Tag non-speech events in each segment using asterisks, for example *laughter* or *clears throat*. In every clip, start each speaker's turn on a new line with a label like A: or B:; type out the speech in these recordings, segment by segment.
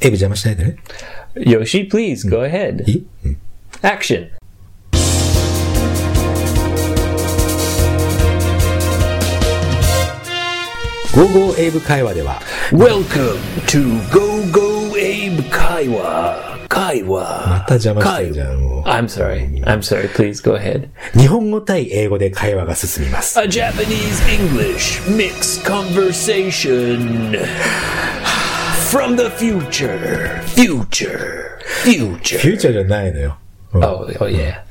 A: エビ邪魔しないでね。
B: Yoshi, please go ahead.
A: いいうん
B: Action.
A: ゴーゴーエイブ会話では、
B: Welcome to Go Go Abe Kaiwa.
A: ま
B: Kaiwa.
A: た邪魔してるじゃん。も
B: I'm sorry. I'm sorry. Please go ahead.
A: う日本語対英語で会話が進みます。
B: A Japanese English mixed conversation from the future. Future. Future.
A: フューチャーじゃないのよ。うん、
B: Oh, oh yeah.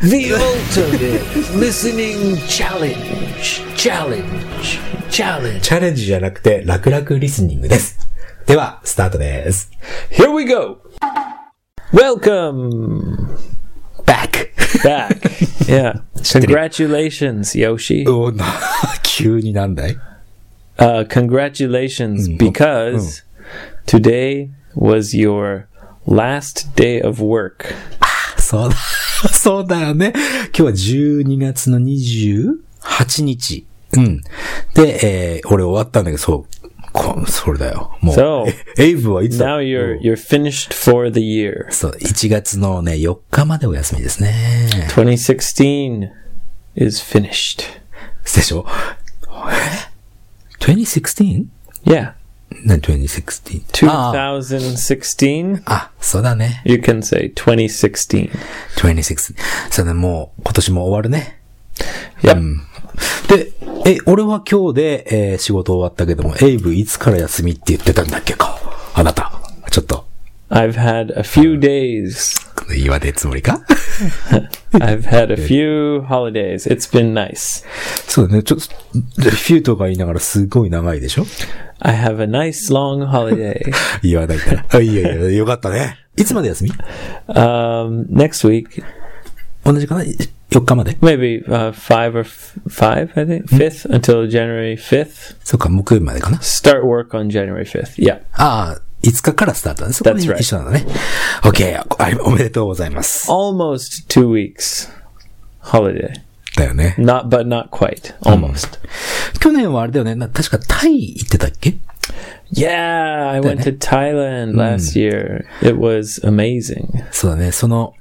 B: The ultimate *laughs* listening challenge. Challenge. Challenge.
A: チャレンジじゃなくて、楽々リスニングです。では、スタートです。
B: Here we go. Welcome
A: back!
B: back. yeah. Congratulations, Yoshi.
A: おな、 *laughs* 急になんだい
B: Uh, congratulations because today was your last day of work.
A: そうだ、 *laughs* そうだよね。今日は12月の28日。うん。で、えー、俺終わったんだけど、そう。こそれだよ。もう、
B: そう
A: *laughs* えエイブはいつだ
B: Now you're
A: も
B: you're finished for the year.
A: うそう、1月のね、4日までお休みですね。
B: 2016 is finished.
A: でしょえ ?2016?
B: Yeah.
A: 何 2016? ああ、
B: 2016.
A: あ、そうだね。
B: You can say 2016.
A: 26。そうだね、もう、今年も終わるね。
B: Yep.
A: Hmm. で、え、俺は今日で、えー仕事終わったけども、エイブいつから休みって言ってたんだっけかあなた。ちょっと、
B: I've had a few days.
A: 言わねえつもりか
B: I've had a few holidays. It's been nice.
A: そうだね、ちょっと、でフューとか言いながらすごい長いでしょ
B: I have a nice long holiday.
A: 言わないから。あ、 *laughs* いやいや、よかったね。いつまで休み
B: Um, next week,
A: 同じかな ?4 日まで
B: maybe uh, five or f- five, I think, fifth until January fifth.
A: そうか、木曜日までかな
B: Start work on January fifth. Yeah.
A: ああ、5日からスタートなんです。そこね
B: That's right.
A: 一緒なんだね。OK、あおめでとうございます。
B: Almost two weeks holiday.
A: だよね。
B: Not, but not quite. Almost.
A: 去年はあれだよね、な確かタイ行ってたっけ
B: Yeah, I went to Thailand last year. It was amazing.
A: そうだね、その、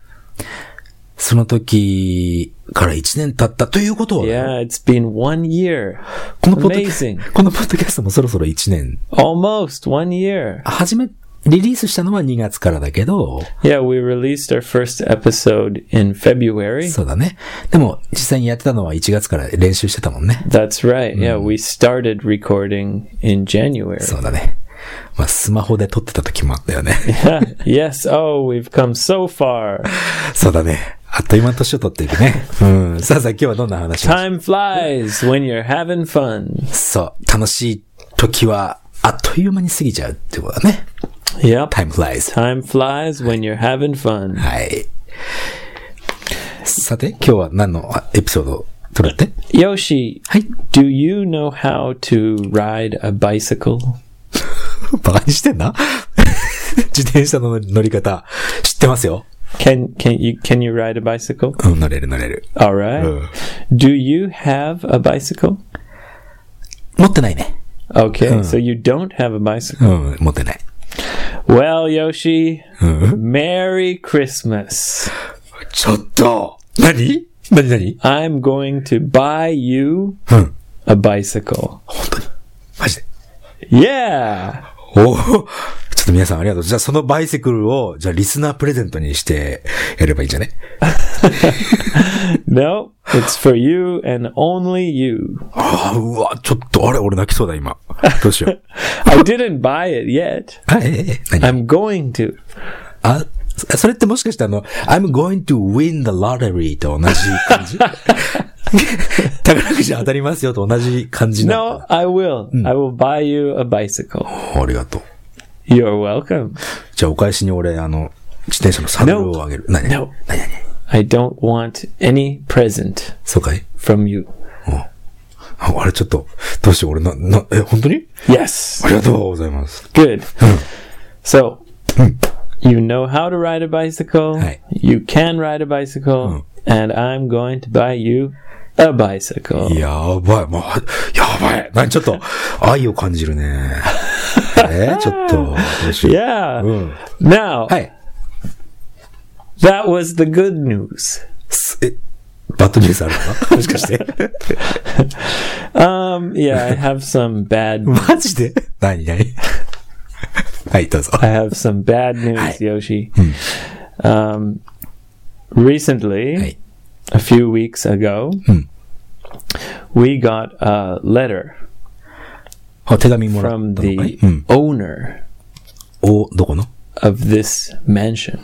A: その時から1年経ったということはね、
B: Yeah, it's been one year.
A: このポッドキャス
B: Amazing.
A: ト、このポッドキャストもそろそろ1年。
B: Almost one year.
A: 初め、リリースしたのは2月からだけど、
B: Yeah, we released our first episode in February.
A: そうだね。でも、実際にやってたのは1月から練習してたもんね。
B: That's right. Yeah, we started recording in January.
A: そうだね。まあ、スマホで撮ってた時もあったよね。
B: *laughs* yes. Oh, we've come so far.
A: そうだね。あっという間に年を取っていくね。うん。さあさあ、今日はどんな話を
B: Time flies when you're having fun.
A: そう、楽しい時は、あっという間に過ぎちゃうってことだね。
B: Yep.
A: time flies.
B: Time flies when you're having fun.
A: はい。さて、今日は何のあエピソードを撮るって
B: Yoshi,
A: はい。
B: do you know how to ride a bicycle?
A: バカにしてんな *laughs* 自転車の乗り方、知ってますよ。
B: Can can you can you ride a bicycle?
A: うん、乗れる乗れる。
B: All right.
A: Uh.
B: Do you have a bicycle?
A: 持ってないね。
B: Okay, so you don't have a bicycle.
A: うん、持ってない。
B: Well, Yoshi,
A: うん。
B: Merry Christmas.
A: ちょっと何何何
B: I'm going to buy you
A: うん。
B: a bicycle.
A: 本当に。マジで。
B: Yeah.
A: おお *laughs* ちょっと皆さんありがとう。じゃあそのバイセクルを、じゃあリスナープレゼントにしてやればいいんじゃね
B: No, it's for you and only you.
A: ああ、うわ、ちょっと、あれ俺泣きそうだ今。どうしよ *laughs* う。
B: I didn't buy it yet.
A: あ、ええ、ええ、何
B: I'm going to.
A: あ、そそれってもしかしてあの、I'm going to win the lottery と同じ感 *laughs* じ宝くじ当たりますよと同じ感じなの
B: No, Hmm. I will. I will buy you a bicycle.
A: ありがとう。
B: You're welcome.
A: じゃあお返しに俺、あの、自転車のサドルをあげる。何
B: No.
A: 何何
B: I don't want any present
A: そうかい
B: from you.
A: ああれちょっと、どうしよう俺な、な、え、本当に
B: Yes. Hmm.
A: ありがとうございます。
B: Good. So, Hmm. you know how to ride a bicycle.
A: Hi.
B: You can ride a bicycle. And I'm going to buy you a bicycle.
A: *laughs* やばい、もう、やばい。何ちょっと、愛を感じるね。えね。ちょっと、どうしよ
B: Yeah.
A: う。うん。
B: Now,
A: はい。
B: that was the good news.
A: すえ、バッドニュースあるのもしかして。
B: Um, yeah, I have some bad.
A: *laughs* マジで何何はい、どうぞ。
B: I have some bad news, Yoshi.
A: Hmm.
B: Um, recently,
A: Hey.
B: a few weeks ago,
A: Hmm.
B: we got a letter
A: あ、手紙もらった
B: from
A: のかい
B: the
A: うん。
B: owner
A: お、どこの
B: of this mansion.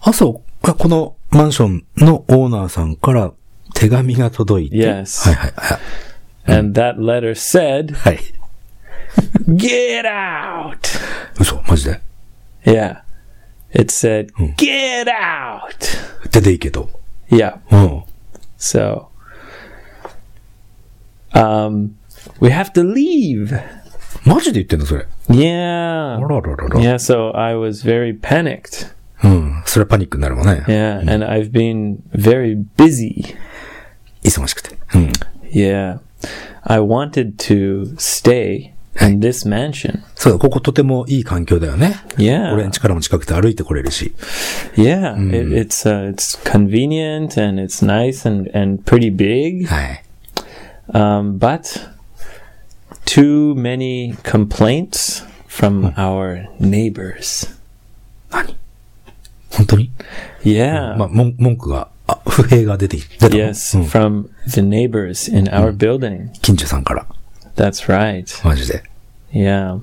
A: あ、そう。あこのマンションのオーナーさんから手紙が届いて。
B: Yes.
A: はいはいはい。
B: And that letter said,
A: はい。
B: Get out!
A: 嘘、マジで。
B: Yeah. It said,
A: Hmm.
B: Get out!
A: 出ていいけど。
B: Yeah.
A: うん。
B: So, um, we have to leave.
A: マジで言ってんのそれ。あ
B: Yeah.
A: らららら。
B: Yeah, so I was very panicked.
A: うん。それはパニックになるもんね。
B: Yeah, and I've been very busy.
A: 忙しくて。うん。
B: Yeah. I wanted to stay in this mansion.
A: そうだ、こことてもいい環境だよね。俺
B: Yeah.
A: の力も近くて歩いてこれるし。
B: Yeah, it, it's uh, it's convenient and it's nice and and pretty big.
A: はい。
B: Um, but too many complaints from our neighbors.
A: 何本当に
B: Yeah.
A: まあ、文文句が、あ、不平が出てい、出たの
B: Yes,
A: うん
B: from the neighbors in our building.
A: 近所さんから。
B: That's right.
A: マジで。
B: Yeah.
A: 本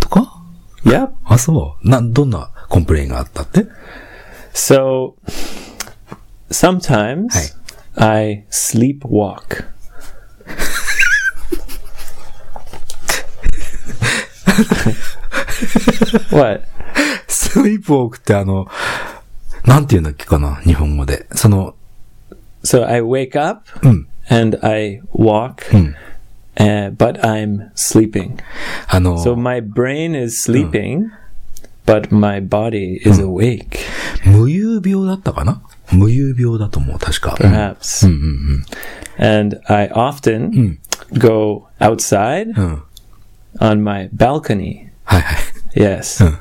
A: 当か
B: Yep.
A: あ、そう。な、どんなコンプレインがあったって
B: So sometimes
A: Hi.
B: I sleepwalk. what?
A: スリープウォークってあの、なんていうんだっけかな、日本語で。その、
B: So I wake up
A: うん。
B: and I walk, uh, but I'm sleeping.
A: あの、
B: So my brain is sleeping, but my body is awake,
A: 無遊病だったかな無遊病だと思う、確か。
B: perhaps.
A: Hmm,
B: And I often go outside
A: うん。うん。
B: on my balcony.
A: はいはい。
B: Yes.
A: Huh.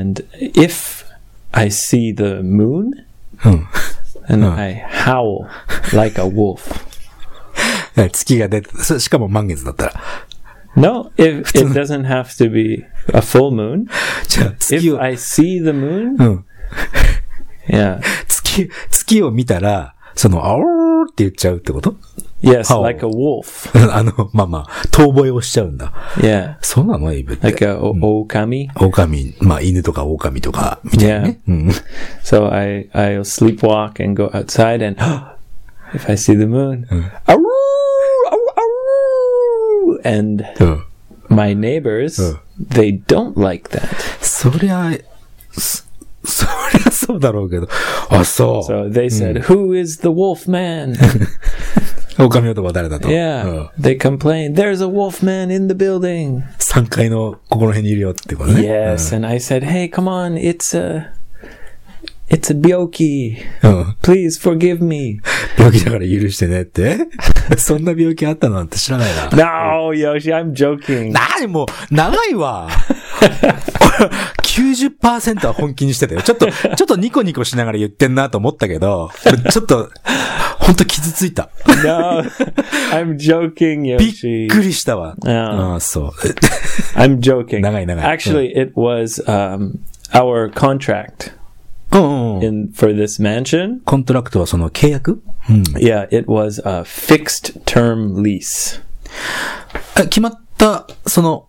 B: And if I see the moon,
A: うん。 *laughs*
B: and I howl like a wolf.
A: 月が出て、そしかも満月だったら。
B: No,
A: *laughs*
B: if it doesn't have to be a full moon.
A: じゃあ、月
B: If
A: を、
B: I see the moon,
A: うん。
B: yeah.
A: 月、月を見たら、その、あおーって言っちゃうってこと *laughs*
B: Yes,
A: Howl.
B: like a wolf.
A: あの、まあまあ、遠吠えをしちゃうんだ。
B: Yeah.
A: そうなのエイブって。
B: Like a
A: Hmm.
B: o- okami.
A: 狼、まあ犬とか狼とか、みたいなね。うん。
B: So I I'll sleepwalk and go outside and *gasps* if I see the moon. "Aroo, aroo, aroo," And
A: うん。
B: my neighbors,
A: Huh.
B: they don't like that.
A: そりゃ、そ、そりゃそうだろうけど。あ、そう。
B: So they said, "Who is the wolf man?"
A: 狼男は誰だと。う
B: yeah,
A: ん
B: they complained. There's a wolf man in the building.
A: 3階のここの辺にいるよってことね。
B: Yes, and I said, "Hey, come on, it's a, it's a byoki.
A: うん。
B: Please forgive me."
A: 病気だから許してねって。 *laughs* そんな病気あったなんて知らないな。
B: No, Yoshi, I'm joking.
A: なにもう、長いわ。90%は本気にしてたよ。ちょっと、ちょっとニコニコしながら言ってんなと思ったけど、ちょっと、ほんと傷ついた。
B: No, I'm joking,
A: びっ
B: Yoshi.
A: くりしたわ。
B: あ
A: ああ、そう。
B: I'm joking.
A: 長い長い。
B: Actually, it was um, our contract
A: うん、 *laughs* うんうん。
B: in for this mansion.
A: コントラクトはその契約うん。
B: Yeah, it was a fixed term lease.
A: え決まった、その、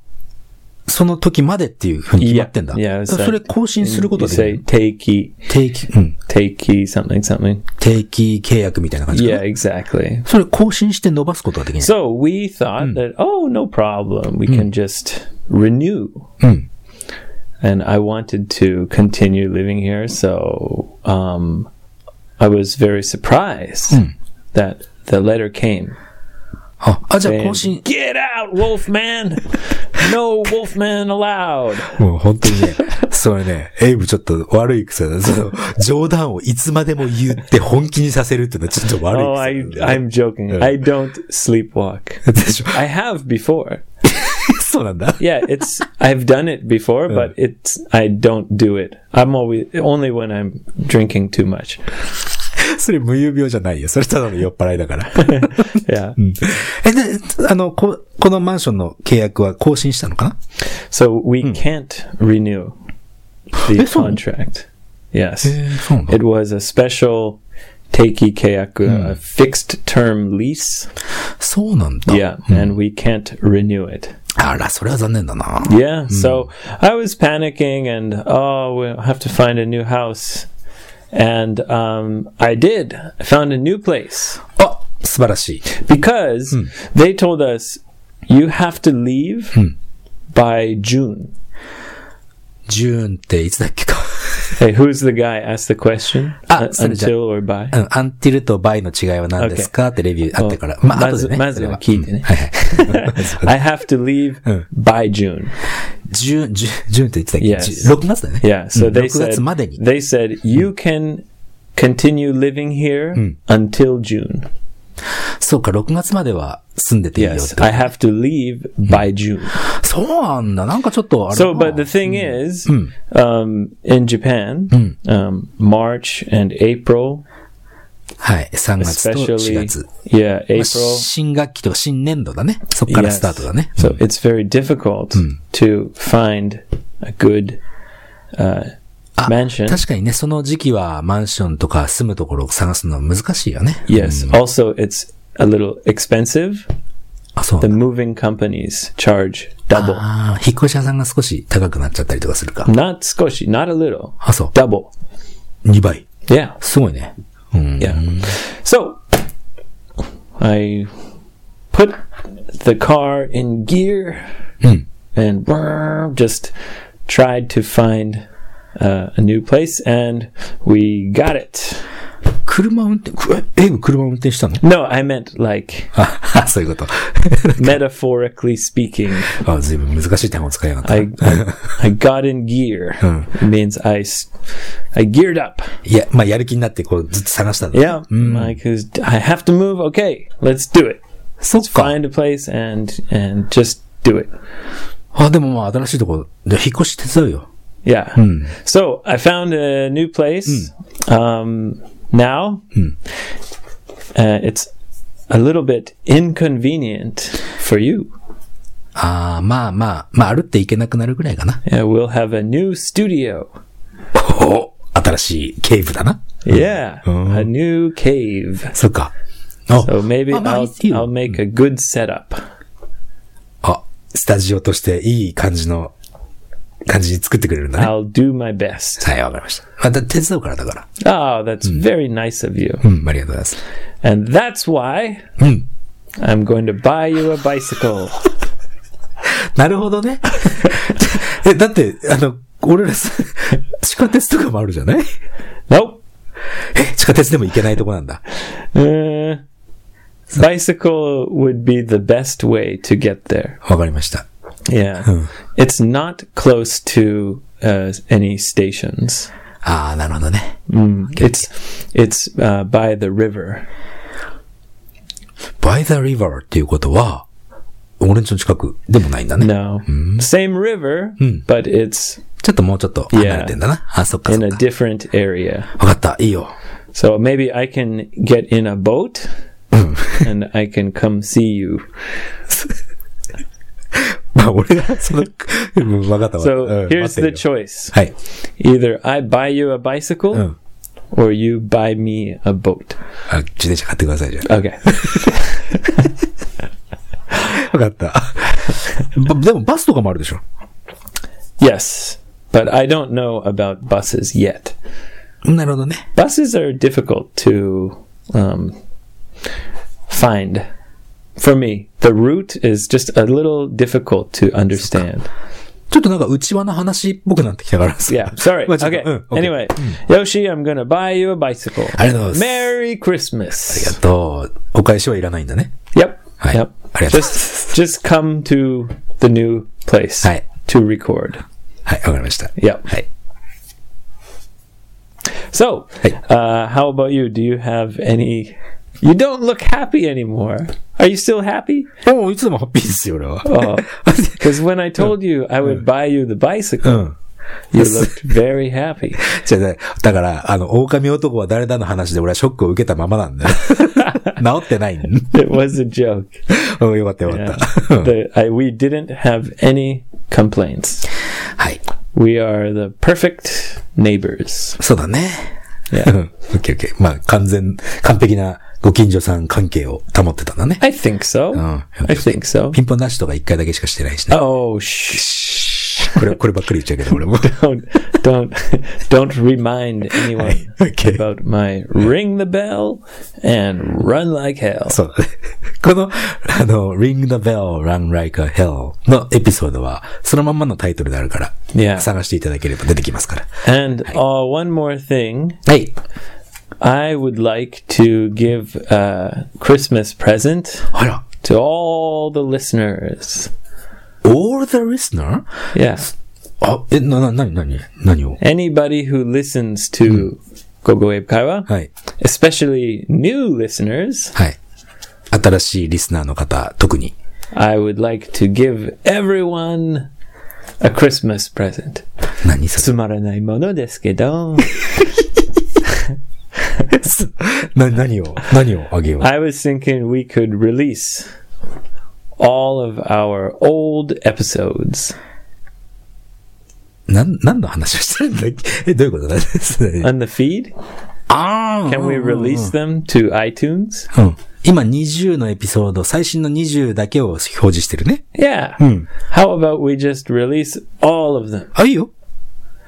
A: その時までっていうふうに決まってんだ。
B: いやいや
A: それ更新すること
B: You
A: でき
B: say
A: る
B: takey,
A: 定期、うん。
B: takey something something.
A: 定期契約みたいな感じか
B: Yeah,
A: な。
B: exactly.
A: それ更新して伸ばすことができない。
B: So we thought that oh, no problem, we can just renew. Hmm.
A: Mm.
B: And I wanted to continue living here, so um, I was very surprised that the letter came.
A: あ、あじゃあ
B: saying,
A: 更新。
B: Get out, Wolfman! *laughs* no Wolfman allowed.
A: もう本当にね、それね、エイブちょっと悪い癖だ。その、冗談をいつまでも言って本気にさせるっていうのはちょっと悪
B: Oh,
A: い
B: I
A: 癖だよね。
B: I'm joking. I don't sleepwalk.
A: でしょ
B: I have before.
A: そうなんだ。
B: yeah, it's *laughs* I've done it before, but it's I don't do it. I'm always only when I'm drinking too much.
A: それ無遊病じゃないよ。それただの酔っ払いだから。
B: Yeah.
A: Hmm. え、で、あの、こ、このマンションの契約は更新したのかな
B: So we can't renew the
A: Excellent.
B: contract. Yes.
A: そうなん
B: It was a special Teiki Kayaku, a fixed term lease.
A: そうなんだ。
B: Yeah, and we can't renew it.
A: あら、それは残念だな。
B: Yeah, so I was panicking and, oh, we'll have to find a new house. And um, I did. I found a new place
A: あ、素晴らしい。
B: because they told us you have to leave by June.
A: ジューンっていつだっけか。
B: Hey, who's the guy asked the question?
A: Ah,
B: Uh,
A: sorry, Jack. Ah,
B: until or by?
A: うん、アンティルとバイの違いは何ですかってレビューあったから。
B: そう
A: まあ、後でね。
B: まず
A: それ
B: まずは聞いて
A: う
B: ね
A: ん *laughs* はいはい。
B: eh? *laughs* I have to leave
A: Mm.
B: by June.
A: ジューン、ジューンジューンって言ってたっけ、
B: Yes.
A: ジュ6月だよね。
B: Yeah, so
A: うん
B: they
A: 6
B: said
A: 月までに。
B: they said you can continue living here
A: Mm.
B: until June.
A: そうか、6月までは住んでていいよって
B: Yes, I have to leave
A: Mm.
B: by June.
A: Ah, そうなんだ。なんかちょっとあれだ
B: So,
A: な
B: but the thing
A: mm.
B: is, um, in Japan, um, March and April,
A: はい。3月と
B: especially,
A: 4月。
B: yeah,
A: まあ
B: April.
A: 新学期と新年度だね。そこからス
B: Yes.
A: タートだね。
B: So it's very difficult to find a good uh, mansion.
A: 確かにね、その時期はマンションとか住むところを探すのは難しいよね。
B: Yes. Also, it's a little expensive.
A: あ、そう
B: The
A: なんだ。
B: moving companies charge double.
A: ああ、引っ越し屋さんが少し高くなっちゃったりとかするか。
B: Not skoshi, not a little.
A: あ、そ
B: Double.
A: う。2倍。
B: Yeah.
A: すごいね。うん。
B: Yeah. So I put the car in gear and brrr, just tried to find uh, a new place and we got it.
A: 車運転、くえ、エイブ車運転したの
B: No, I meant like
A: あ、そういうこと。
B: metaphorically speaking.
A: あ、ずいぶん難しい単語使いやがった。
B: I, I, I got in gear. It means I, s- I geared up.
A: いや、まあ、やる気になってこう、ずっと探したんだ。
B: Yeah. Like, 'cause I have to move. Okay, let's do it.
A: *laughs* そっ
B: Let's
A: か。
B: find a place and and just do it.
A: あ、でもまあ、新しいとこ、で、引っ越し手伝うよ。
B: Yeah. So I found a new place. Um, now uh, it's a little bit inconvenient for you.
A: ああ、まあまあ、まあ、歩っていけなくなるぐらいかな。
B: Yeah, Uh, we'll have a new studio.
A: お新しいケーブだな。
B: Yeah, a new cave.
A: そっか。あ、
B: So maybe
A: あまあ
B: I'll
A: いいよ
B: I'll make a good setup.
A: あ、スタジオとしていい感じの、感じに作ってくれるんだね。
B: I'll do my best.
A: はい、わかりました。また手伝うからだから。
B: Oh, that's very nice of you.
A: うん、ありがとうございます。
B: And that's why
A: Mm.
B: I'm going to buy you a bicycle.
A: なるほど *laughs* ね。え、だって、あの、俺らさ、地下鉄とかもあるじゃない
B: nope.
A: え、地下鉄でも行けないとこなんだ。
B: Uh, bicycle would be the best way to get there.
A: わかりました。
B: Yeah. it's not close to uh, any stations.
A: ああ、なるほどね。
B: It's it's uh, by the river.
A: by the river っていうことは、俺んちの近くでもないんだね。
B: No. Same river, but it's
A: ちょっともうちょっと離れてんだな。あ、そっかそ
B: in
A: っ
B: a
A: か。
B: different area.
A: わかった。いいよ。 *laughs*
B: So maybe I can get in a boat and I can come see you.
A: まあ、俺が、その、 *laughs* うんわかったわ。う
B: So
A: ん
B: here's
A: 待
B: the
A: ってるよ
B: choice
A: はい。
B: either I buy you a
A: う
B: bicycle
A: ん。
B: or you buy me a boat.
A: あ自転車買ってくださいじゃ
B: Okay. *laughs*
A: ん。わかった。 *laughs* ばでもバスとかもあるでしょ。
B: Yes. But I don't know about buses yet.
A: なるほどね。
B: Buses are difficult to um, find. For me, the route is just a little difficult to understand.
A: ちょっとなんか内輪の話っぽくなってきたからさ。
B: Yeah,
A: *laughs*
B: sorry.
A: まあちょっと
B: Oh, Okay. Hmm.
A: うん OK
B: Anyway, Yoshi, I'm going to buy you a bicycle.
A: ありがとうございます。
B: Merry Christmas.
A: えっと、お返しはいらないんだね。
B: Yep.
A: はい。あ
B: Yep.
A: りがとうございます。
B: Just just come to the new place
A: はい。
B: to record.
A: はい、わかりました。
B: Yep.
A: はい。
B: So,
A: Hey.
B: uh, how about you? Do you have any You don't look happy anymore. Are you still *laughs* happy?
A: もういつでもハッピーですよ、俺は。
B: Oh, because when I told you I would buy you the
A: *laughs* う
B: bicycle,
A: ん。
B: you looked very happy.
A: じゃあねだから、あの、狼男は誰だの話で俺はショックを受けたままなん *laughs* だよ。治ってないん
B: It was a joke.
A: うんよかったよ
B: Yeah.
A: かった。うん
B: The- *laughs* I, we didn't have any complaints.
A: はい。
B: We are the perfect neighbors.
A: そうだね。う
B: Yeah.
A: ん。オッケーオッケー。まあ、完全、完璧なご近所さん関係を保ってたんだね。
B: I think so.
A: Oh,
B: I think so.
A: ピンポンダッシュとか一回だけしかしてないしね。
B: Oh, shh.
A: これ、こればっかり言っちゃうけど、俺 *laughs* も。
B: *laughs* Don't, don't, don't remind anyone
A: *laughs* Okay.
B: about my ring the bell and run like hell.
A: そうだね。この、あの、Ring the Bell, Run Like a Hell のエピソードは、そのまんまのタイトルであるから、
B: Yeah.
A: 探していただければ出てきますから。
B: And uh, one more thing.
A: はい。
B: I would like to give a Christmas present
A: あら。
B: to all the listeners.
A: All the listener?
B: Yes.
A: あ、え、な、な、なになに何を
B: Anybody who listens to
A: Hmm.
B: Gogo Wave Kaiwa,
A: はい。
B: especially new listeners,
A: はい。新しいリスナーの方、特に。
B: I would like to give everyone a Christmas present. *laughs*
A: 何それ
B: つまらないものですけど。 *laughs*
A: な、何を何をあげよう
B: I was thinking we could release all of our old episodes
A: なん、何の話をしてるんだっけえ、 *laughs* どういうことだ *laughs*
B: on the feed.
A: ああ
B: Can we release them to iTunes?
A: うん。今20のエピソード、最新の20だけを表示してるね。
B: Yeah. How about we just release all of them?
A: あ、いいよ。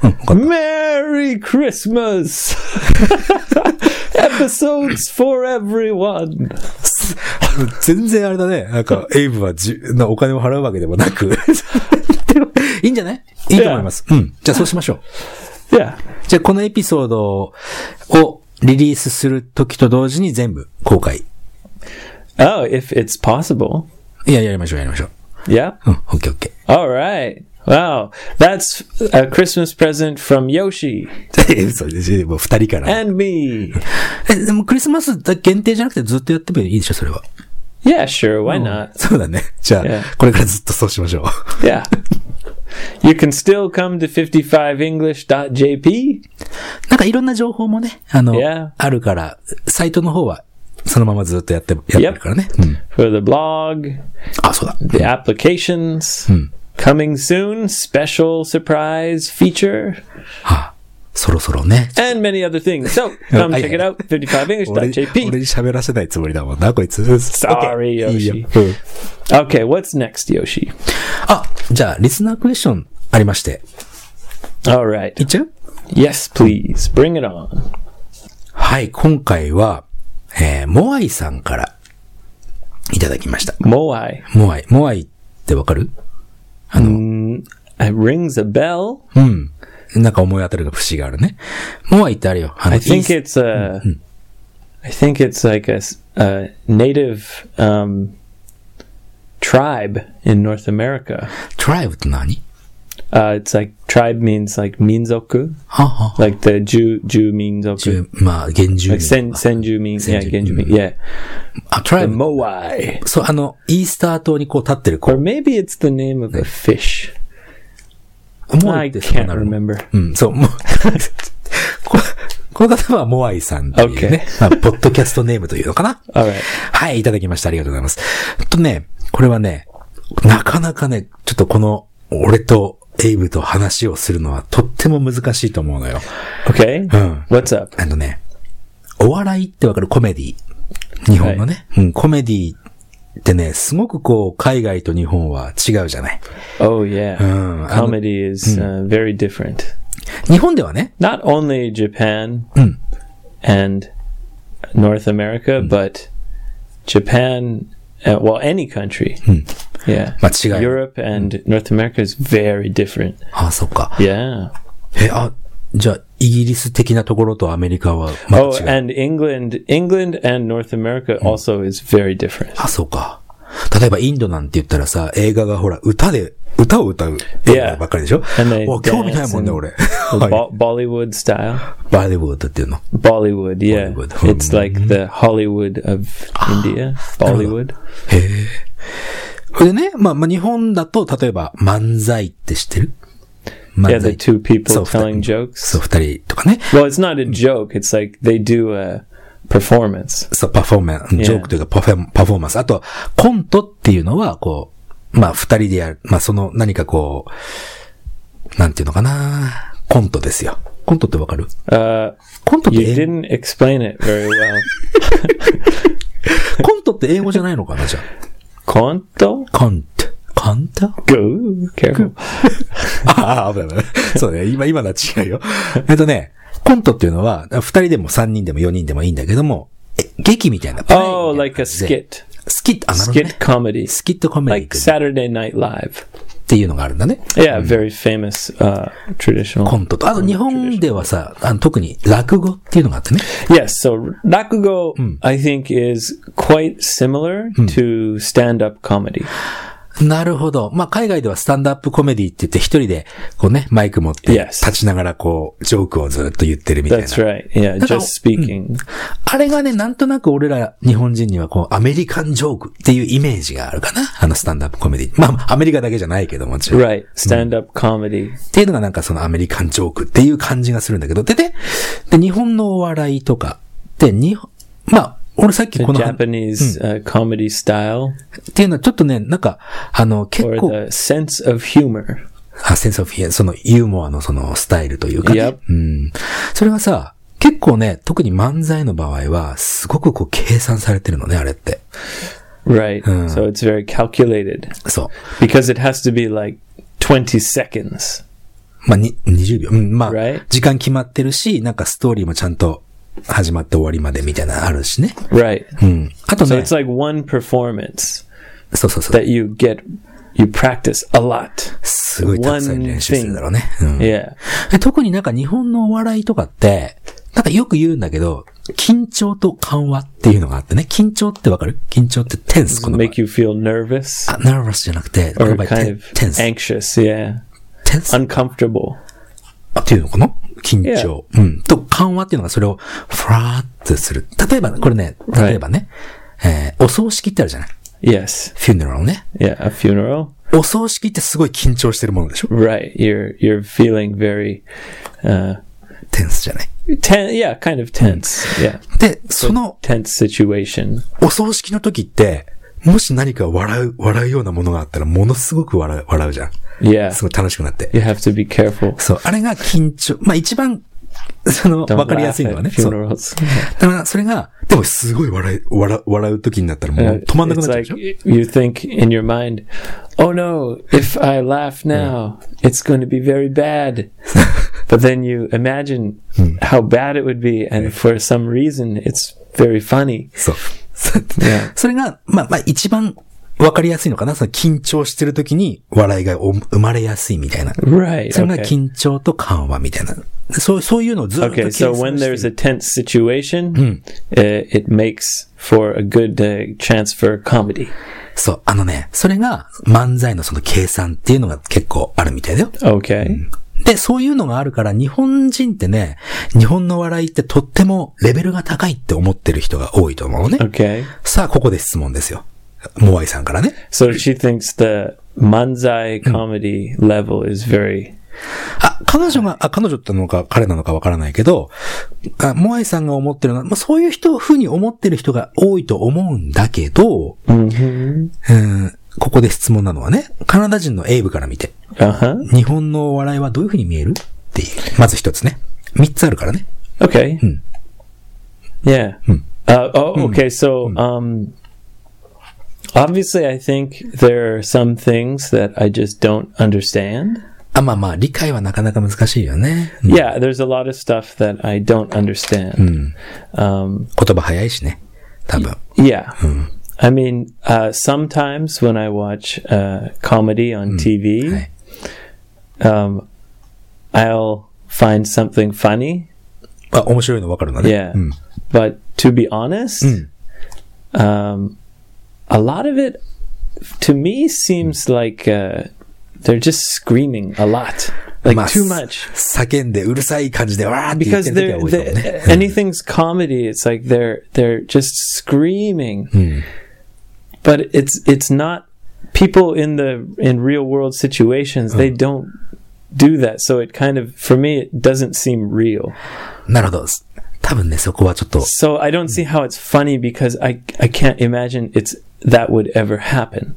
B: Merry Christmas! *laughs* Episodes for everyone!
A: *laughs* 全然あれだね。なんか、エイブはじゅなお金を払うわけでもなく。で
B: *laughs*
A: もいいんじゃないいいと思います。うん。じゃあそうしましょう。
B: Yeah.
A: じゃあこのエピソードをリリースするときと同時に全部公開。
B: Oh, if it's possible.
A: いや、やりましょう、やりましょう。
B: Yeah.
A: うん、オッケーオッケ
B: All right. Wow. That's a Christmas present from Yoshi
A: ー。 *laughs* そうですもう二人から。
B: and me.
A: え、でもクリスマスだ限定じゃなくてずっとやってもいいでしょ、それは。
B: Yeah, sure. Why not?
A: そうだね。じゃあ、
B: Yeah.
A: これからずっとそうしましょう。
B: Yeah. You can still come to 55english.jp.
A: なんかいろんな情報もね、あの、
B: Yeah.
A: あるから、サイトの方は、そのままずっとやって、やってるからね。うん。
B: for the blog,
A: あ、そうだ。
B: the applications. Coming soon, special surprise feature,
A: そろそろね。
B: and many other things. So come
A: I-
B: check it out, 55english.jp.
A: に喋らせないつもりだもんな、こいつ。Sorry,
B: Yoshi
A: いいよ。うん
B: Okay, what's next, Yoshi?
A: あ、じゃあ、リスナークエスチョンありまして。
B: All right.
A: いっちゃう
B: Yes, please. Bring it on.
A: はい、今回は、えー、モアイさんから、いただきました。
B: Moai.
A: モアイ。モアイってわかる
B: Mm, It rings a bell.
A: うん。なんか思い当たる節があるね。モアイってあるよ。あの
B: I think
A: イース
B: it's a.
A: Mm,
B: I think it's like a, s- a native um, tribe in North America.
A: トライブって何
B: Uh, it's like tribe means like minzoku,
A: はあはあ
B: like the Jew Jew minzoku.
A: 住まあ、原住
B: Like
A: 民。
B: sen, senju means yeah,
A: Senju, mm.
B: genju mean, yeah.
A: あ、トライ
B: The
A: ブ。
B: moai.
A: そう、あの、イースター島にこう立ってる、こ
B: Or maybe it's the name of a fish.
A: う、モアイ
B: I
A: ってそう
B: can't
A: なるの。
B: remember.
A: うん、そう、 *laughs* もうここの方はモアイさんというね、まあ、ポッドキャストネームというのかな。
B: All right.
A: はい、いただきました。ありがとうございます。えっとね、これはね、なかなかね、ちょっとこの、俺とエイブと話をするのはとっても難しいと思うのよ。
B: Okay.
A: Hmm.
B: What's up?
A: あのね、お笑いってわかるコメディ。日本のね、うん、コメディってね、すごくこう、海外と日本は違うじゃない。
B: Oh yeah.
A: Hmm, I don't-
B: Comedy is uh, very different.
A: 日本ではね、
B: Not only Japan
A: Hmm.
B: and North America, but Japan. Uh, well, any country.
A: Hmm.
B: Yeah.
A: まあ違う。
B: Europe
A: Hmm.
B: and North America is very different.
A: ああ、そっか。
B: Yeah.
A: え、あ、じゃあ、イギリス的なところとアメリカはまた
B: Oh,
A: 違う。Hmm.
B: and England, England and North America also is very different.
A: あ、そうか。例えばインドなんて言ったらさ、映画がほら、歌で、歌を歌う映画ばっかりでしょ
B: And they
A: もう興味ないもんね、
B: dance
A: 俺。*laughs*
B: Bo-
A: はい
B: Bollywood style.
A: バーディボードっていうの。
B: Bollywood, yeah.
A: Bollywood. Hmm. Ah.
B: It's like the Hollywood of India. Bollywood.
A: へえ。それでね、まあ、まあ、日本だと、例えば、漫才って知ってる
B: Yeah,
A: 漫
B: the
A: 才。
B: two people
A: Oh, So-
B: telling jokes.
A: そう、二人とかね。
B: Well, it's not a joke. It's like they do a performance.
A: そう、パフォーマンス、ジョークというかパフェパフォーマンス。あと、コントっていうのは、こう、まあ、二人でやる。まあ、その、何かこう、なんていうのかなコントですよ。コントってわかる
B: Uh,
A: コントって
B: you
A: 英
B: didn't explain it very well.
A: コントって英語じゃないのかなじゃ
B: Conto?
A: あ。コント。コント *laughs*
B: Go. Careful.
A: ああ、危ない危ない。そうね。今、今のは違うよ。えっとね、コントっていうのは、二人でも三人でも四人でもいいんだけども、え劇みたいな。
B: Oh, like a
A: スキッ
B: skit.
A: スキット、あ、なるほど、ね
B: Skit。comedy. Mm.
A: スキットコメディ
B: Like
A: っ
B: Saturday Night Live.
A: ていうのがあるんだね。
B: Yeah, very famous uh,
A: コ
B: traditional.
A: ントと。あと日本ではさ、あの特に落語っていうのがあってね。
B: Yes, so Rakugo, I think, is quite similar to stand up comedy.
A: なるほど。まあ、海外ではスタンドアップコメディって言って一人で、こうね、マイク持って、
B: Yes.
A: 立ちながらこう、ジョークをずっと言ってるみたいな
B: That's。right. Yeah, just speaking.
A: あれがね、なんとなく俺ら日本人にはこう、アメリカンジョークっていうイメージがあるかな。あの、スタンドアップコメディ。まあ、アメリカだけじゃないけどもちろん。
B: Right, stand up comedy.
A: っていうのがなんかそのアメリカンジョークっていう感じがするんだけど。でね、で、日本のお笑いとかって、に、まあ、俺さっきこの、っ
B: Japanese uh, comedy style
A: ていうのはちょっとね、なんか、あの、結
B: or
A: 構、
B: the sense of humor.
A: あ、センスオフィア、そのユーモアのそのスタイルというか、ね
B: Yep.
A: うん。それがさ、結構ね、特に漫才の場合は、すごくこう計算されてるのね、あれって。
B: Right. So it's very calculated
A: そう。
B: because it has to be like 20 seconds.
A: まあ、に、20秒。うん、まあ、
B: Right.
A: 時間決まってるし、なんかストーリーもちゃんと始まって終わりまでみたいなのあるしね。
B: Right.
A: うん。あと
B: So
A: ね、
B: it's like one performance
A: そうそうそう。
B: that you get, you practice a lot.
A: すごいたくさん練習するだろうね。うん、
B: Yeah.
A: で特になんか日本のお笑いとかって、なんかよく言うんだけど、緊張と緩和っていうのがあってね。緊張ってわかる緊張ってテンス、この場合
B: Make you feel nervous
A: あ、ナーバスじゃなくて、この
B: or
A: 場合、
B: kind
A: テ
B: of
A: テンス、
B: anxious. Yeah.
A: テンス
B: Uncomfortable.
A: っていうのかな緊張。うん。と、緩和っていうのがそれを、ふらーってする。例えば、これね、
B: Right.
A: 例えばね、えーお葬式ってあるじゃない
B: Yes.
A: フューネラルね。
B: Yeah. A funeral.
A: お葬式ってすごい緊張してるものでしょ
B: Right. You're, you're feeling very, uh,
A: テンスじゃない。
B: ten- yeah, kind of tense. Yeah.
A: で、その、
B: Tense situation.
A: お葬式の時って、もし何か笑う、笑うようなものがあったら、ものすごく笑う、笑うじゃん。
B: Yeah.
A: すごい楽しくなって。
B: You have to be careful.
A: そう、あれが緊張。まあ一番、その、
B: Don't
A: わかりや
B: laugh
A: すいのは
B: at
A: ね。そう。
B: *laughs* funerals.
A: だから、それが、でもすごい笑い、笑う、笑う時になったらもう
B: *laughs* Uh,
A: 止まんなくな
B: it's
A: っちゃうで
B: like
A: しょ、
B: you think in your mind, oh no, if I laugh now, it's going to be very bad. but then you imagine how bad it would be, and for some reason, it's very funny.
A: *laughs* そう。
B: Yeah.
A: それが、まあまあ一番わかりやすいのかなその緊張してる時に笑いがお生まれやすいみたいな。
B: Right.
A: それが
B: Okay.
A: 緊張と緩和みたいな。そう、そういうのをずっと計
B: Okay,
A: 算
B: so
A: して
B: when
A: る
B: there's a tense situation, uh, it makes for a good uh, chance for comedy.
A: そう、あのね、それが漫才のその計算っていうのが結構あるみたいだよ。
B: Okay.
A: で、そういうのがあるから、日本人ってね、日本の笑いってとってもレベルが高いって思ってる人が多いと思うのね。
B: Okay.
A: さあ、ここで質問ですよ。モアイさんからね。
B: So she thinks the manzai comedy level is very
A: あ、彼女が、あ、彼女ってのか、彼なのかわからないけど、あモアイさんが思ってるのは、まあ、そういう人、ふうに思ってる人が多いと思うんだけど、
B: Mm-hmm.
A: うんここで質問なのはね、カナダ人のエイブから見て、
B: uh huh.
A: 日本のお笑いはどういうふうに見えるっていう。まず一つね。三つあるからね。
B: Okay. Yeah. Uh, oh, okay. So, um, obviously, I think there are some things that I just don't understand.
A: あ、まあまあ、理解はなかなか難しいよね。うん
B: Yeah, there's a lot of stuff that I don't understand. Um,
A: 言葉早いしね。多分。
B: yeah. I mean, uh, sometimes when I watch uh, comedy on TV,
A: Right.
B: um, I'll find something funny.
A: あ、面白いの分かるのね。
B: Yeah.
A: うん。
B: But to be honest, um, a lot of it to me seems like uh, they're just screaming a lot, like
A: Mas-
B: too much.
A: 叫んでうるさい感じでわーって言っ
B: Because
A: てる時
B: they're,
A: は多いかもね
B: they're- *laughs* anything's comedy, it's like they're they're just screaming,
A: うん。
B: but it's it's not people in the in real world situations. They don't do that, so it kind of for me it doesn't seem real.
A: なるほど。多分ね、そこはちょっと、
B: So I don't see how it's funny because I I can't imagine it's that would ever happen.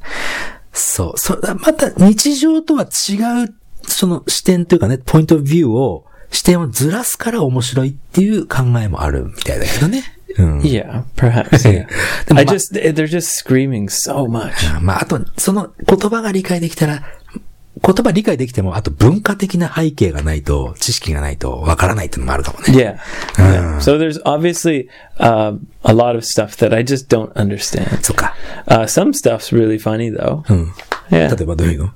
A: そう。そまた日常とは違う、その視点というかね、ポイントビューを、視点をずらすから面白いっていう考えもあるみたいだけどね。うん。
B: Yeah, perhaps. Yeah.
A: The
B: I
A: ma-
B: just they're just screaming so much.
A: まあ、あと、その言葉が理解できたら、言葉理解できても、あと文化的な背景がないと、知識がないとわからないっていうのもあるかもね。
B: Yeah. yeah. So there's obviously uh, a lot of stuff that I just don't understand.
A: そっか。
B: Uh, some stuff's really funny though.
A: うん。
B: Yeah.
A: 例えばどういうの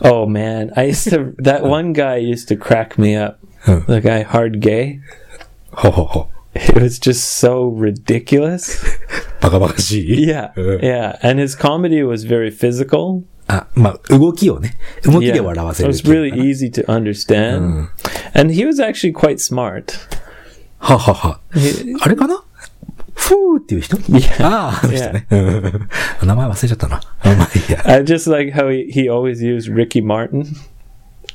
B: Oh man, I used to that one guy used to crack me up.
A: Huh.
B: The guy hard gay.
A: ほうほうほう。
B: It was just so ridiculous. *laughs*
A: バカバカしい
B: Yeah.
A: うん
B: Yeah, and his comedy was very physical.
A: あ、まあ、動きをね。動き
B: Yeah.
A: で笑わ
B: It
A: せるっ
B: was
A: ていうの
B: really
A: かな。
B: easy to understand. And he was actually quite smart.
A: ははは。あれかなフーっていう人ああ、あの人ね。うん名前忘れちゃったな。あまあいいや。
B: I just like how he, he always used Ricky Martin.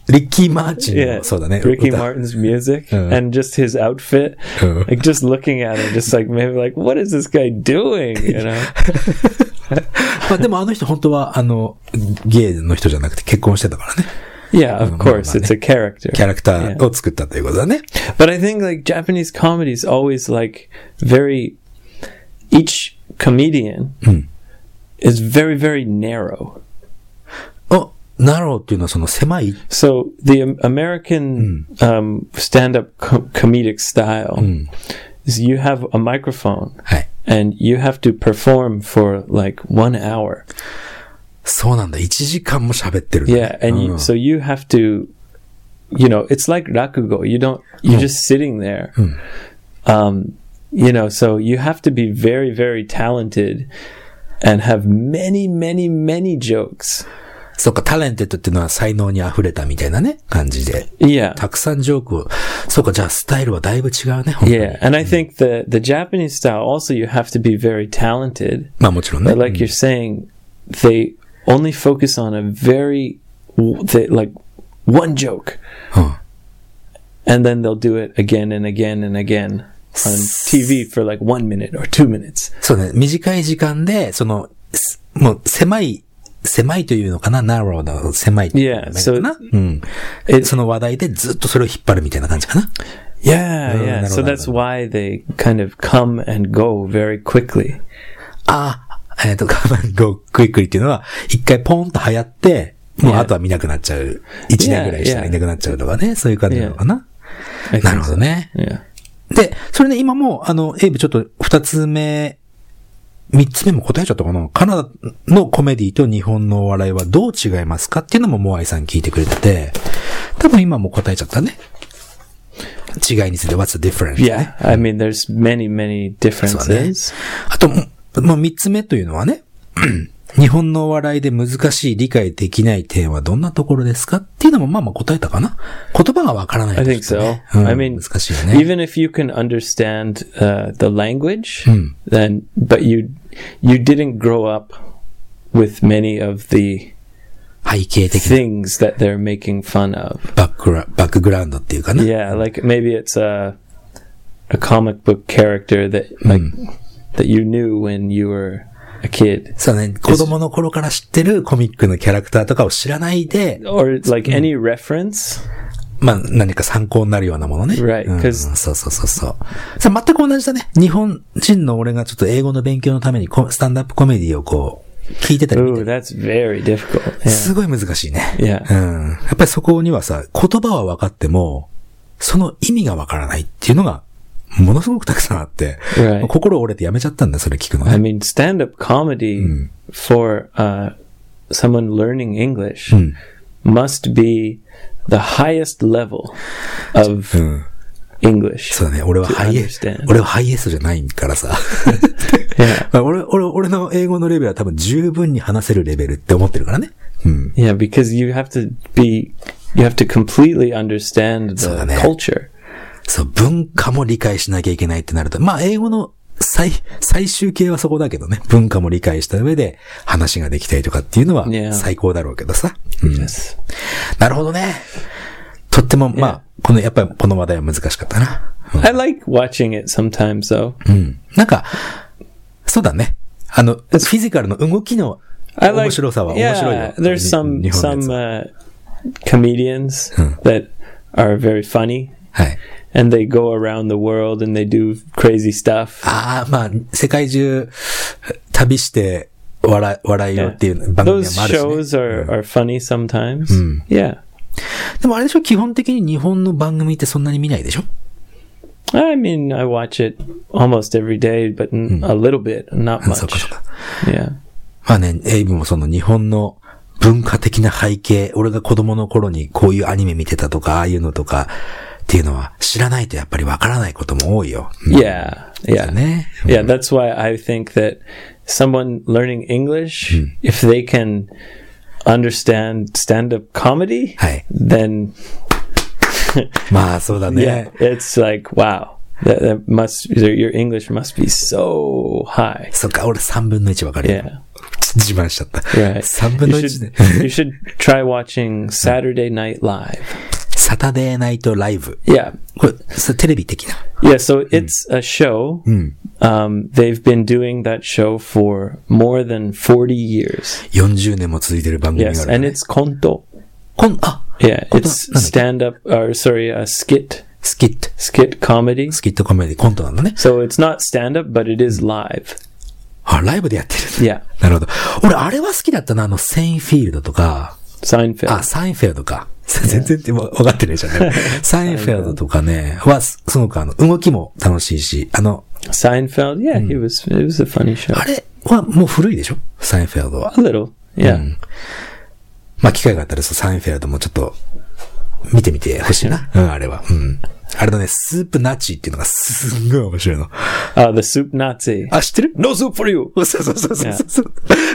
A: リッキー・マーチン
B: Yeah,
A: の、そうだね。
B: Ricky
A: 歌
B: Martin's music
A: Uh.
B: and just his outfit.
A: Uh.
B: Like just looking at him, just like maybe like, what is this guy doing? You know?
A: まあでもあの人本当は、あの、ゲイの人じゃなくて結婚してたからね。
B: yeah, of course, it's a character.
A: キャラクターを作ったということだね。
B: But I think like Japanese comedy is always like very. Each comedian is very very narrow.
A: お、ナローっていうのはその狭い。
B: So the um, American um, stand-up co- comedic style is you have a microphone
A: はい。
B: and you have to perform for like one hour.
A: そうなんだ。1時間も喋ってるんだね。
B: Yeah, and
A: Oh.
B: you, so you have to, you know, it's like rakugo. You don't. You're just sitting there. Um, you know, so you have to be very, very talented, and have many, many, many jokes.
A: そっか、タレンテッドっていうのは才能に溢れたみたいなね、感じで。
B: Yeah,
A: たくさんジョークを。そっか、じゃあスタイルはだいぶ違うね、本当に
B: yeah, and I think the the Japanese style also you have to be very talented.
A: まあもちろんね。
B: But like you're saying, they only focus on a very, they, like one joke.
A: Huh.
B: And then they'll do it again and again and again on TV for like one minute or two minutes.
A: そうね、短い時間で、その、すもう狭い、狭いというのかな、ナローの狭いっていうの
B: Yeah,
A: かな。うん。
B: It-
A: その話題でずっとそれを引っ張るみたいな感じかな。
B: yeah,
A: no,
B: yeah.
A: no,
B: so
A: no, no,
B: that's
A: no.
B: why they kind of come and go very quickly.
A: ああ、えっ、と、 *laughs* カバンゴクイックリっていうのは、一回ポンと流行って、もう
B: Yeah.
A: あとは見なくなっちゃう。一年ぐらいしたら
B: Yeah, yeah.
A: いなくなっちゃうとかね、そういう感じなのかな。
B: I
A: なる
B: think
A: ほ
B: so.
A: どね。
B: Yeah.
A: で、それね、今もう、あの、エイブちょっと二つ目、三つ目も答えちゃったかなカナダのコメディと日本のお笑いはどう違いますかっていうのもモアイさん聞いてくれてて、多分今もう答えちゃったね。違いについて、what's the difference?
B: Yeah. I mean, there's many, many
A: そうだね
B: differences.。
A: あと、もうもう三つ目というのはね、 *clears throat* 日本のお笑いで難しい理解できない点はどんなところですかっていうのもまあまあ答えたかな言葉がわからない
B: I
A: とちょ
B: think
A: っと
B: so.
A: ね、うん
B: I mean,
A: 難しいよね。
B: even if you can understand uh, the language, then but you you didn't grow up with many of the
A: 背景的な
B: things that they're making fun of.
A: バックグラバックグラウンドっていうかな。
B: Yeah, like maybe it's a a comic book character that like that you knew when you were a kid.
A: そうね、子供の頃から知ってるコミックのキャラクターとかを知らないで、
B: Or like any reference,
A: まあ何か参考になるようなものね。
B: Right,
A: うん
B: 'cause-
A: そうそうそうそう。それ全く同じだね。日本人の俺がちょっと英語の勉強のためにこスタンダップコメディをこう、聞いてたり見て
B: ooh, that's very difficult. Yeah,
A: すごい難しいね。
B: Yeah.
A: うん。やっぱりそこにはさ、言葉は分かっても、その意味が分からないっていうのが、ものすごくたくさんあって、
B: Right.
A: 心折れてやめちゃったんだよ、それ聞くの
B: I
A: ね。
B: mean, stand-up comedy for uh, someone learning English must be the highest level of
A: うん。
B: English.
A: そうだね。俺は
B: To
A: ハイエ
B: understand.
A: 俺はハイエースじゃないから *laughs* さ。
B: Yeah.
A: まあ俺、俺、俺の英語のレベルは多分十分に話せるレベルって思ってるからね。うん。
B: Yeah, because you have to be, you have to completely understand the
A: そうだね。
B: culture.
A: そう、文化も理解しなきゃいけないってなると、まあ、英語の最、最終形はそこだけどね。文化も理解した上で話ができたりとかっていうのは
B: Yeah.
A: 最高だろうけどさ。うん。
B: Yes.
A: なるほどね。とっても、まあ、この、やっぱりこの話題は難しかったな。
B: I like watching it sometimes though.
A: うん。なんか、そうだね。あの、フィジカルの動きの
B: I like
A: 面白さは面白いよ
B: yeah,。there's
A: に
B: some
A: 日本の
B: some
A: や
B: uh, comedians that are very funny
A: つはい。
B: and they go around the world and they do crazy stuff.
A: ああ、まあ、世界中、旅して、笑い、笑いをっていう番組
B: Those
A: もあるし、ね。
B: shows are, are funny sometimes. Yeah.
A: でもあれでしょ基本的に日本の番組ってそんなに見ないでしょ
B: I mean, I watch it almost every day, but n- a little bit, not
A: そうかそう
B: much.
A: か。
B: Yeah.
A: まあね、エイブもその日本の文化的な背景、俺が子供の頃にこういうアニメ見てたとか、ああいうのとか、っていうのは知らないとやっぱりわからないことも多いよ。うん
B: Yeah.
A: だ
B: Yeah.
A: ね。
B: Yeah, that's why I think that someone learning English, if they can understand stand up comedy,
A: はい。
B: then
A: まあそうだね。
B: yeah, it's like, wow, that, that must, your your English must be so high.
A: そっか、俺3分の1わかるよ。
B: Yeah,
A: 自慢しちゃった。
B: right.
A: 3分の
B: You
A: 1で
B: should,。you *laughs* should try watching Saturday Night Live.
A: サタデーナイトライブ。
B: Yeah.
A: これ、それテレビ的な。
B: Yeah, so it's a show. Um, they've been doing that show for more than 40 years.
A: 40年も続いてる番組が
B: Yes,
A: ある
B: and
A: ね。
B: it's konto.
A: こん、あ、
B: Yeah,
A: Konto-
B: it's
A: なんだっけ？
B: stand up or sorry, a skit
A: スキット。
B: skit comedy.
A: スキットコメディコントなんだね。
B: So it's not stand up, but it is live.
A: あ、ライブでやってるんだ。
B: Yeah,
A: なるほど。俺、あれは好きだったな。あの、セインフィールドとか、
B: Seinfeld.
A: あ、サインフェルドか。全然って分かってないじゃん
B: *laughs*
A: ね。サインフェルドとかね、は、すすごくあの、動きも楽しいし、あの、
B: Seinfeld. Yeah, he was. It was a funny show.
A: あれはもう古いでしょサインフェルドは
B: A。little. Yeah.
A: まあ、機会があったら、そうサインフェルドもちょっと、見てみてほしいな。うん、あれは。うん。あれだね、スープナッチっていうのがすんごい面白いの。
B: Uh, the soup Nazi.
A: あ、知ってる
B: No soup for you.
A: そうそうそうそうそう。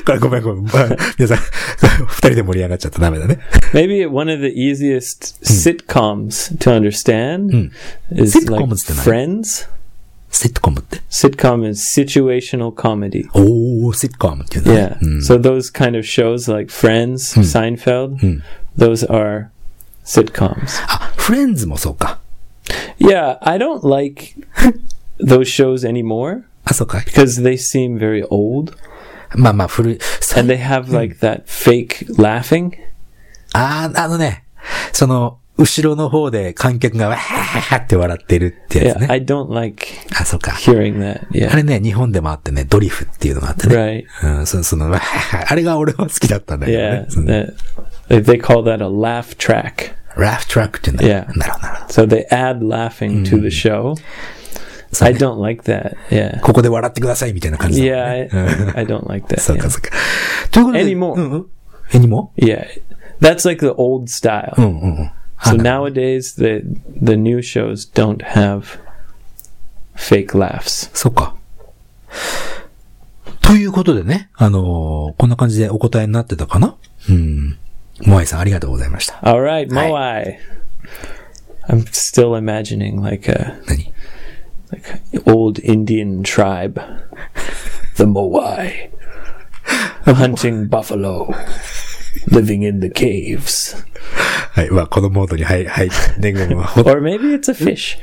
A: これごめんごめん。まあ皆さん、 *laughs* 二人で盛り上がっちゃったらダメだね。
B: Maybe one of the
A: Hmm.
B: easiest sitcoms to understand is
A: Sitcom
B: like
A: is the name.
B: Friends.
A: セットコムって。
B: Sitcom is situational comedy.
A: Hmm. おー、セットコムっていうのね
B: Yeah. So those kind of shows like Friends,
A: Hmm.
B: Seinfeld, those are sitcoms.
A: あ、フレンズもそうか。
B: Yeah, I
A: *laughs*
B: don't like those shows anymore
A: あ、そうか。
B: because they seem very old
A: まあまあ、古い。さ
B: and they have
A: Hmm.
B: like that fake laughing.
A: あー、あのね、その、後ろの方で観客がわーって笑ってるってや
B: Yeah,
A: つね。
B: I don't like
A: あ、そうか。
B: hearing that.
A: あ
B: Yeah.
A: れね、日本でもあってね、ドリフっていうのがあってね。
B: Right.
A: うん、そその、わ *laughs* ーあれが俺は好きだったんだけど
B: Yeah.
A: ね。
B: That, they- they call that a laugh track.
A: ラフトラックっていうんだ。
B: Yeah.
A: なるほど、なるほど。
B: So they add laughing to the show.
A: そう
B: I
A: ね
B: don't Hmm. like that. Yeah.
A: ここで笑ってくださいみたいな感じだもんね *laughs*
B: Yeah,
A: うん
B: *laughs* I, I don't like that.
A: そう
B: yeah.
A: か、そうか。ということで。
B: Anymore
A: うんうん。Anymore?
B: Yeah. That's like the old style.
A: うんうんうん。
B: So nowadays the the new shows don't have fake laughs.
A: そうか。ということでね、あのーこんな感じでお答えになってたかなうん。モアイさんありがとうございました。
B: All right, Moai. I'm still imagining like a
A: 何
B: like old Indian *laughs* tribe, the Moai, hunting buffalo, living in the caves.
A: *laughs* はい、まあこのモードに入、 *laughs* はい、年号も。
B: Or maybe it's a fish.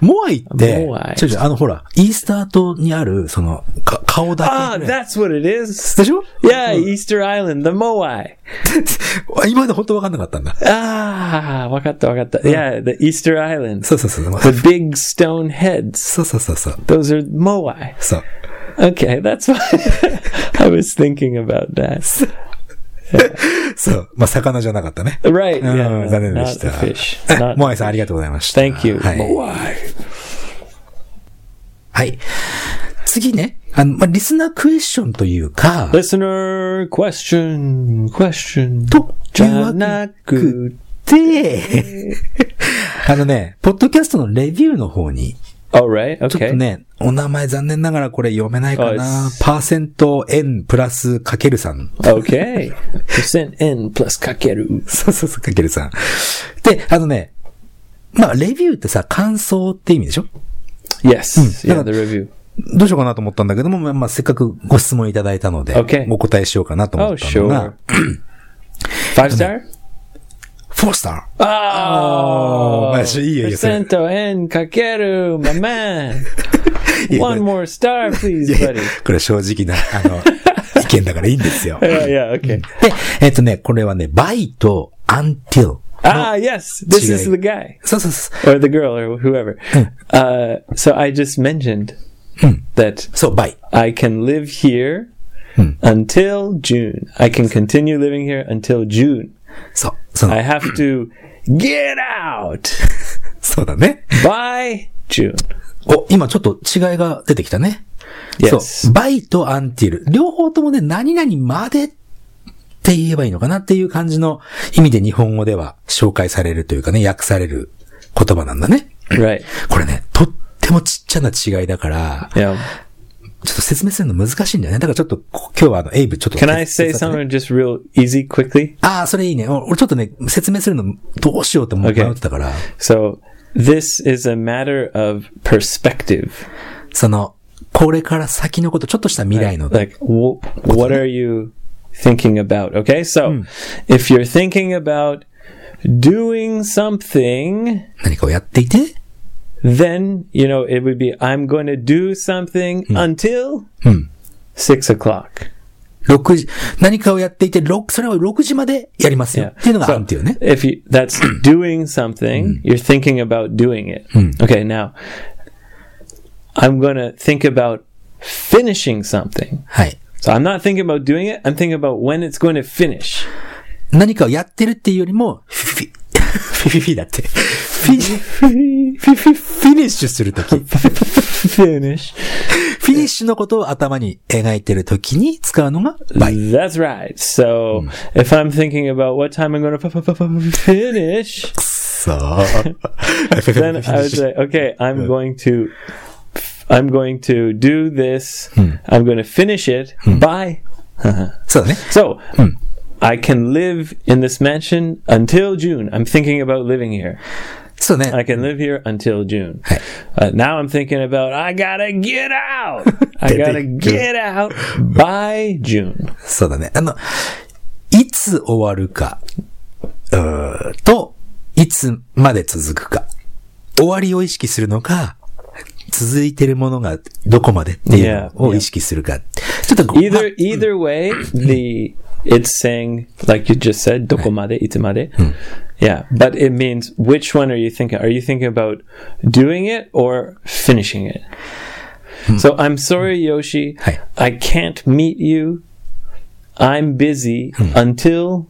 A: モアイって、
B: モアイ
A: ちょちょ、あのほら、イースター島にある、その、か顔だ
B: Ah,
A: けぐらい。
B: that's what it is.
A: でしょ
B: Yeah, Easter Island, the Moai.
A: *laughs* 今まで本当わかんなかったんだ。
B: Ah, wakata wakata. Yeah, the Easter Island,
A: そうそうそう。
B: the big stone heads.
A: そうそうそうそう。
B: Those are Moai.
A: そう。
B: Okay, that's why *laughs* I was thinking about that.
A: そう。まあ、魚じゃなかったね。
B: Right.
A: うん、
B: yeah,
A: 残念で
B: not
A: した
B: Oh, the fish.。 *laughs*
A: あ
B: Not
A: モアイさんありがとうございました。
B: Thank you.
A: はい
B: Moai.
A: はい。次ね、あの、まあ、リスナークエスチョンというか、
B: Listener question question.
A: と、
B: じゃなく
A: で、 *laughs* あのね、ポッドキャストのレビューの方に、
B: All right.
A: ちょっ
B: Okay.
A: とね、お名前残念ながらこれ読めないかな
B: あよし。
A: パーセント N プラスかけるさん。
B: *laughs* Okay. Percent N plus kakeru.
A: そうそうそう、かけるさん。で、あのね、まあ、レビューってさ、感想って意味でしょ
B: Yes. Yeah.
A: だから-
B: The review.
A: どうしようかなと思ったんだけども、まあまあ、せっかくご質問いただいたので
B: Okay、
A: お答えしようかなと思
B: Oh
A: ったのが、
B: sure. *clears throat* Five star.
A: 4スタ
B: Oh,
A: まあ、いいよ、いいよ、それ。
B: Percento N kakeru, my man.
A: ー。いや
B: *laughs* One more star, please,
A: いや
B: buddy.
A: これ正直な、あの、 *laughs* 意見だからいいんですよ。で、
B: Yeah. Oh, Yeah. Okay.
A: Hmm. えっとね、これはね、by と until。
B: Ah, yes. This is
A: Chile.
B: the guy.
A: そうそうそう。
B: or the girl or whoever. Uh, so I just mentioned that
A: そう、by。
B: I can live here until June. I can continue living here until June.
A: そう、そ
B: I
A: の、
B: have to get out
A: そうだね。
B: by June.
A: お、今ちょっと違いが出てきたね。そう、
B: Yes.
A: by と until。両方ともね、何々までって言えばいいのかなっていう感じの意味で日本語では紹介されるというかね、訳される言葉なんだね。
B: Right.
A: これね、とってもちっちゃな違いだから、
B: Yeah.
A: ちょっと説明するの難しいんだよね。だからちょっと、こ今日はあの、エイブちょっと。
B: Can I say
A: 手伝ってね
B: something just real easy quickly?
A: ああ、それいいね。お俺ちょっとね、説明するのどうしようと思って
B: Okay
A: 迷ってたから、
B: So this is a matter of perspective.
A: その、これから先のこと、ちょっとした未来の、
B: like wh- what are you thinking about okay so if you're thinking about doing something
A: 何かをやっていて、
B: then you know it would be i'm going to do something until six o'clock
A: 6時、何かをやっていて、6、それを6時までやりますよ。
B: yeah
A: っていうのが、
B: So
A: アンっていうね。
B: if you that's doing something you're thinking about doing it okay now i'm going to think about finishing something
A: はい。
B: so i'm not thinking about doing it i'm thinking about when it's going to finish *laughs*
A: 何かをやってるっていうよりも、フィフィ、フィフィフィだって。フィ、フィ、フィフィ、フィニッシュするとき。
B: finish
A: フィニッシュのことを頭に描いてるときに使うのが、バイ。
B: That's right. So if I'm thinking about what time I'm going to finish,
A: そう。
B: then I would say, okay, I'm going to, I'm going to do this. I'm going to finish it. *laughs* uh-huh, Bye.
A: そうだね。
B: So
A: Hmm.
B: I can live in this mansion until June. I'm thinking about living here.
A: そうね。
B: I can live here until June.
A: Hey.
B: Uh, now I'm thinking about I gotta
A: *laughs*
B: get out. I
A: Did
B: gotta
A: they do-
B: get out by June.
A: そうだね。あの、いつ終わるか、うーと、いつまで続くか。終わりを意識するのか、続いてるものがどこまでっていうのを意識するか。ちょっとこう、
B: either either way the it's saying like you just said dokomade itemade
A: Hmm.
B: yeah but it means which one are you thinking are you thinking about doing it or finishing it so i'm sorry yoshi
A: Hmm. Hi.
B: i can't meet you i'm busy until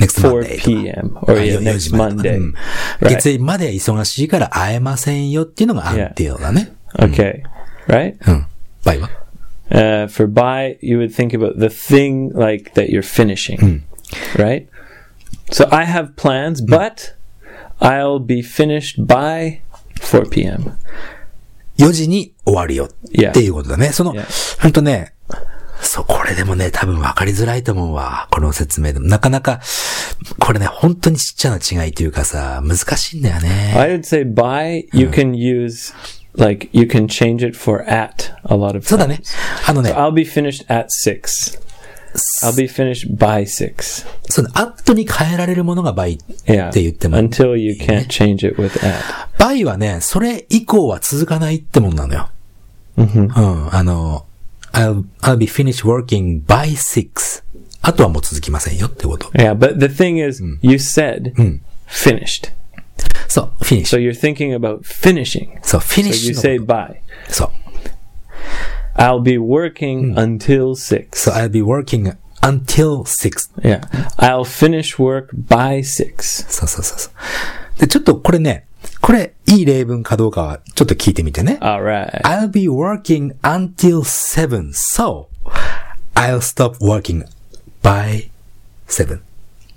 A: next Hmm.
B: 4
A: Monday とか
B: p.m or
A: あ
B: yeah,
A: よ
B: next
A: 4まで
B: monday
A: うん
B: Right.
A: 月曜日まで忙しいから会えませんよっていうのが安定だね。
B: okay right
A: うん。バイは
B: uh, for by you would think about the thing like that you're finishing right so i have plans but i'll be finished by 4 p.m
A: 4時に終わるよっていうことだね。その
B: Yeah.、
A: ほんとね、そう、これでもね、多分分かりづらいと思うわ。この説明でも。なかなか、これね、本当にちっちゃな違いというかさ、難しいんだよね。
B: i would say by you can use like you can change it for at a lot of
A: そうだ
B: times.
A: ね。あのね、
B: i'll be finished at 6 i'll be finished by 6
A: その、後に変えられるものが倍。
B: yeah
A: って言っても
B: until you can't change it with at
A: 倍はね、それ以降は続かないってもんなのよ。うん、あの、I'll, I'll be finished working by six. あとはもう続きませんよってこと。
B: yeah but the thing is you said finished
A: そう、フィニッ
B: so
A: シュ。
B: you're thinking about finishing
A: そう、フィニッ
B: So
A: シ
B: you
A: ュの
B: say bye.
A: そう。
B: I'll be working until six.
A: So I'll be working until six.
B: Yeah. I'll finish work by six.
A: そうそうそうそう。で、ちょっとこれね、これ、いい例文かどうかは、ちょっと聞いてみてね。
B: All right.
A: I'll be working until seven, so I'll stop working by seven.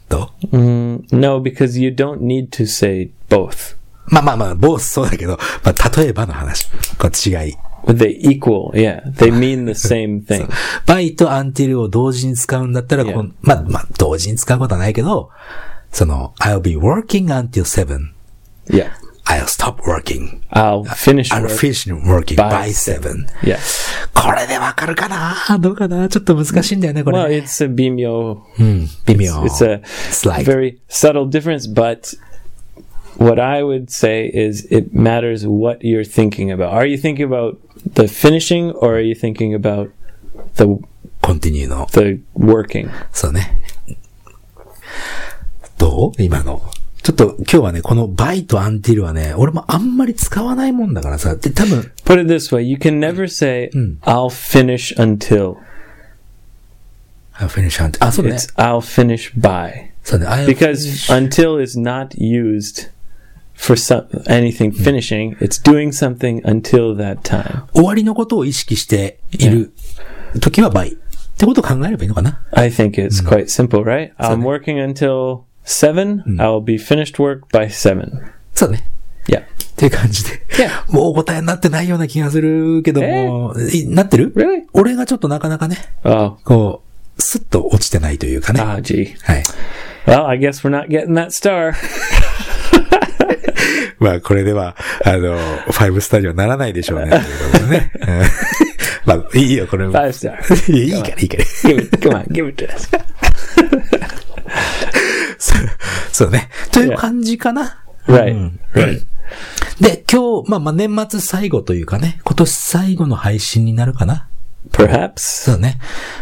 A: どう
B: Mm, No, because you don't need to say both?
A: まあまあまあ、ボスそうだけど、まあ、例えばの話。この違い。
B: They equal, yeah. They mean *laughs* the same thing.
A: バイとアンティルを同時に使うんだったら、
B: Yeah.
A: こんまあ、まあ、同時に使うことはないけど、その、I'll be working until seven.
B: Yeah.
A: I'll stop working.
B: I'll finish
A: I'll
B: work.
A: finish working by
B: By
A: seven.
B: Yeah.
A: これでわかるかなどうかなちょっと難しいんだよね、こ
B: Well,
A: れ。
B: it's a Hmm, bimyo.
A: うん、微妙。
B: It's a
A: Slight.
B: very subtle difference, but what I would say is it matters what you're thinking about. Are you thinking about the finishing or are you thinking about the
A: コンティニューの。
B: the working?
A: そうね。どう今の。ちょっと今日はね、このバイとアンティルはね、俺もあんまり使わないもんだからさ、で、多分、
B: Put it this way, you can never say I'll finish until.
A: I'll finish until, あ、そうだね
B: It's。I'll finish by.
A: そうだね。I'll
B: Because until is not used for some, anything finishing, it's doing something until that time.
A: 終わりのことを意識している時は倍。ってことを考えればいいのかな
B: I think it's quite simple, right? I'm working until seven. I'll be finished work by seven.
A: そうね。
B: Yeah.
A: っていう感じで。
B: Yeah.
A: もうお答えになってないような気がするけども、いなってる
B: Really?
A: 俺がちょっとなかなかね、
B: Oh,
A: こう、スッと落ちてないというかね。
B: ah, gee.
A: はい。
B: Well, I guess we're not getting that star.
A: まあ、これでは、あの、ファイブスタジオならないでし *laughs* ょうね。ということでね。うんまあ、いいよ、これも。
B: Five star.
A: いいから、いいから。
B: give it, come on, give it to us.
A: そう *laughs* そうね。という感じかな。
B: Right, right.
A: で、今日、まあまあ年末最後というかね、今年最後の配信になるかな。
B: Perhaps.
A: そうね。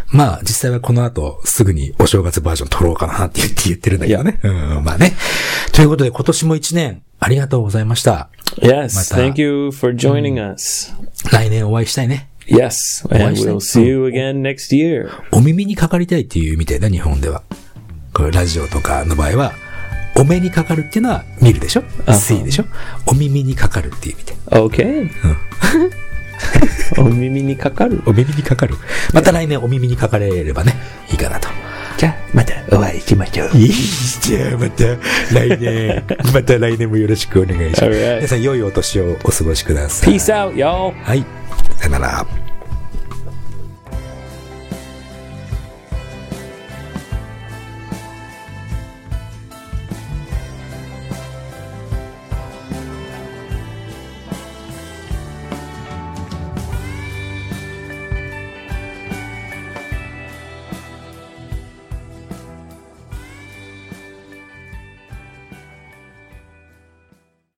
A: まあ実際はこの後すぐにお正月バージョン撮ろうかなって言って言ってるんだけどね。うん、まあね。ということで今年も一年ありがとうございました。
B: Yes.
A: Mata.
B: Thank you for joining us.
A: 来年お会いしたいね。
B: Yes, and
A: is that?
B: we'll see you again next year.
A: お耳にかかりたいっていうみたいな日本では。これラジオとかの場合は、お目にかかるっていうのは見るでしょ水でしょお耳にかかるっていうみたい。
B: Okay. Oh,
A: お耳にかかる。また来年お耳にかかれればね、いいかなと。 *laughs* いいじゃあまた来年また来年もよろしくお願いします、
B: Alright.
A: 皆さん良いお年をお過ごしください
B: Peace out, y'all.
A: はいさよなら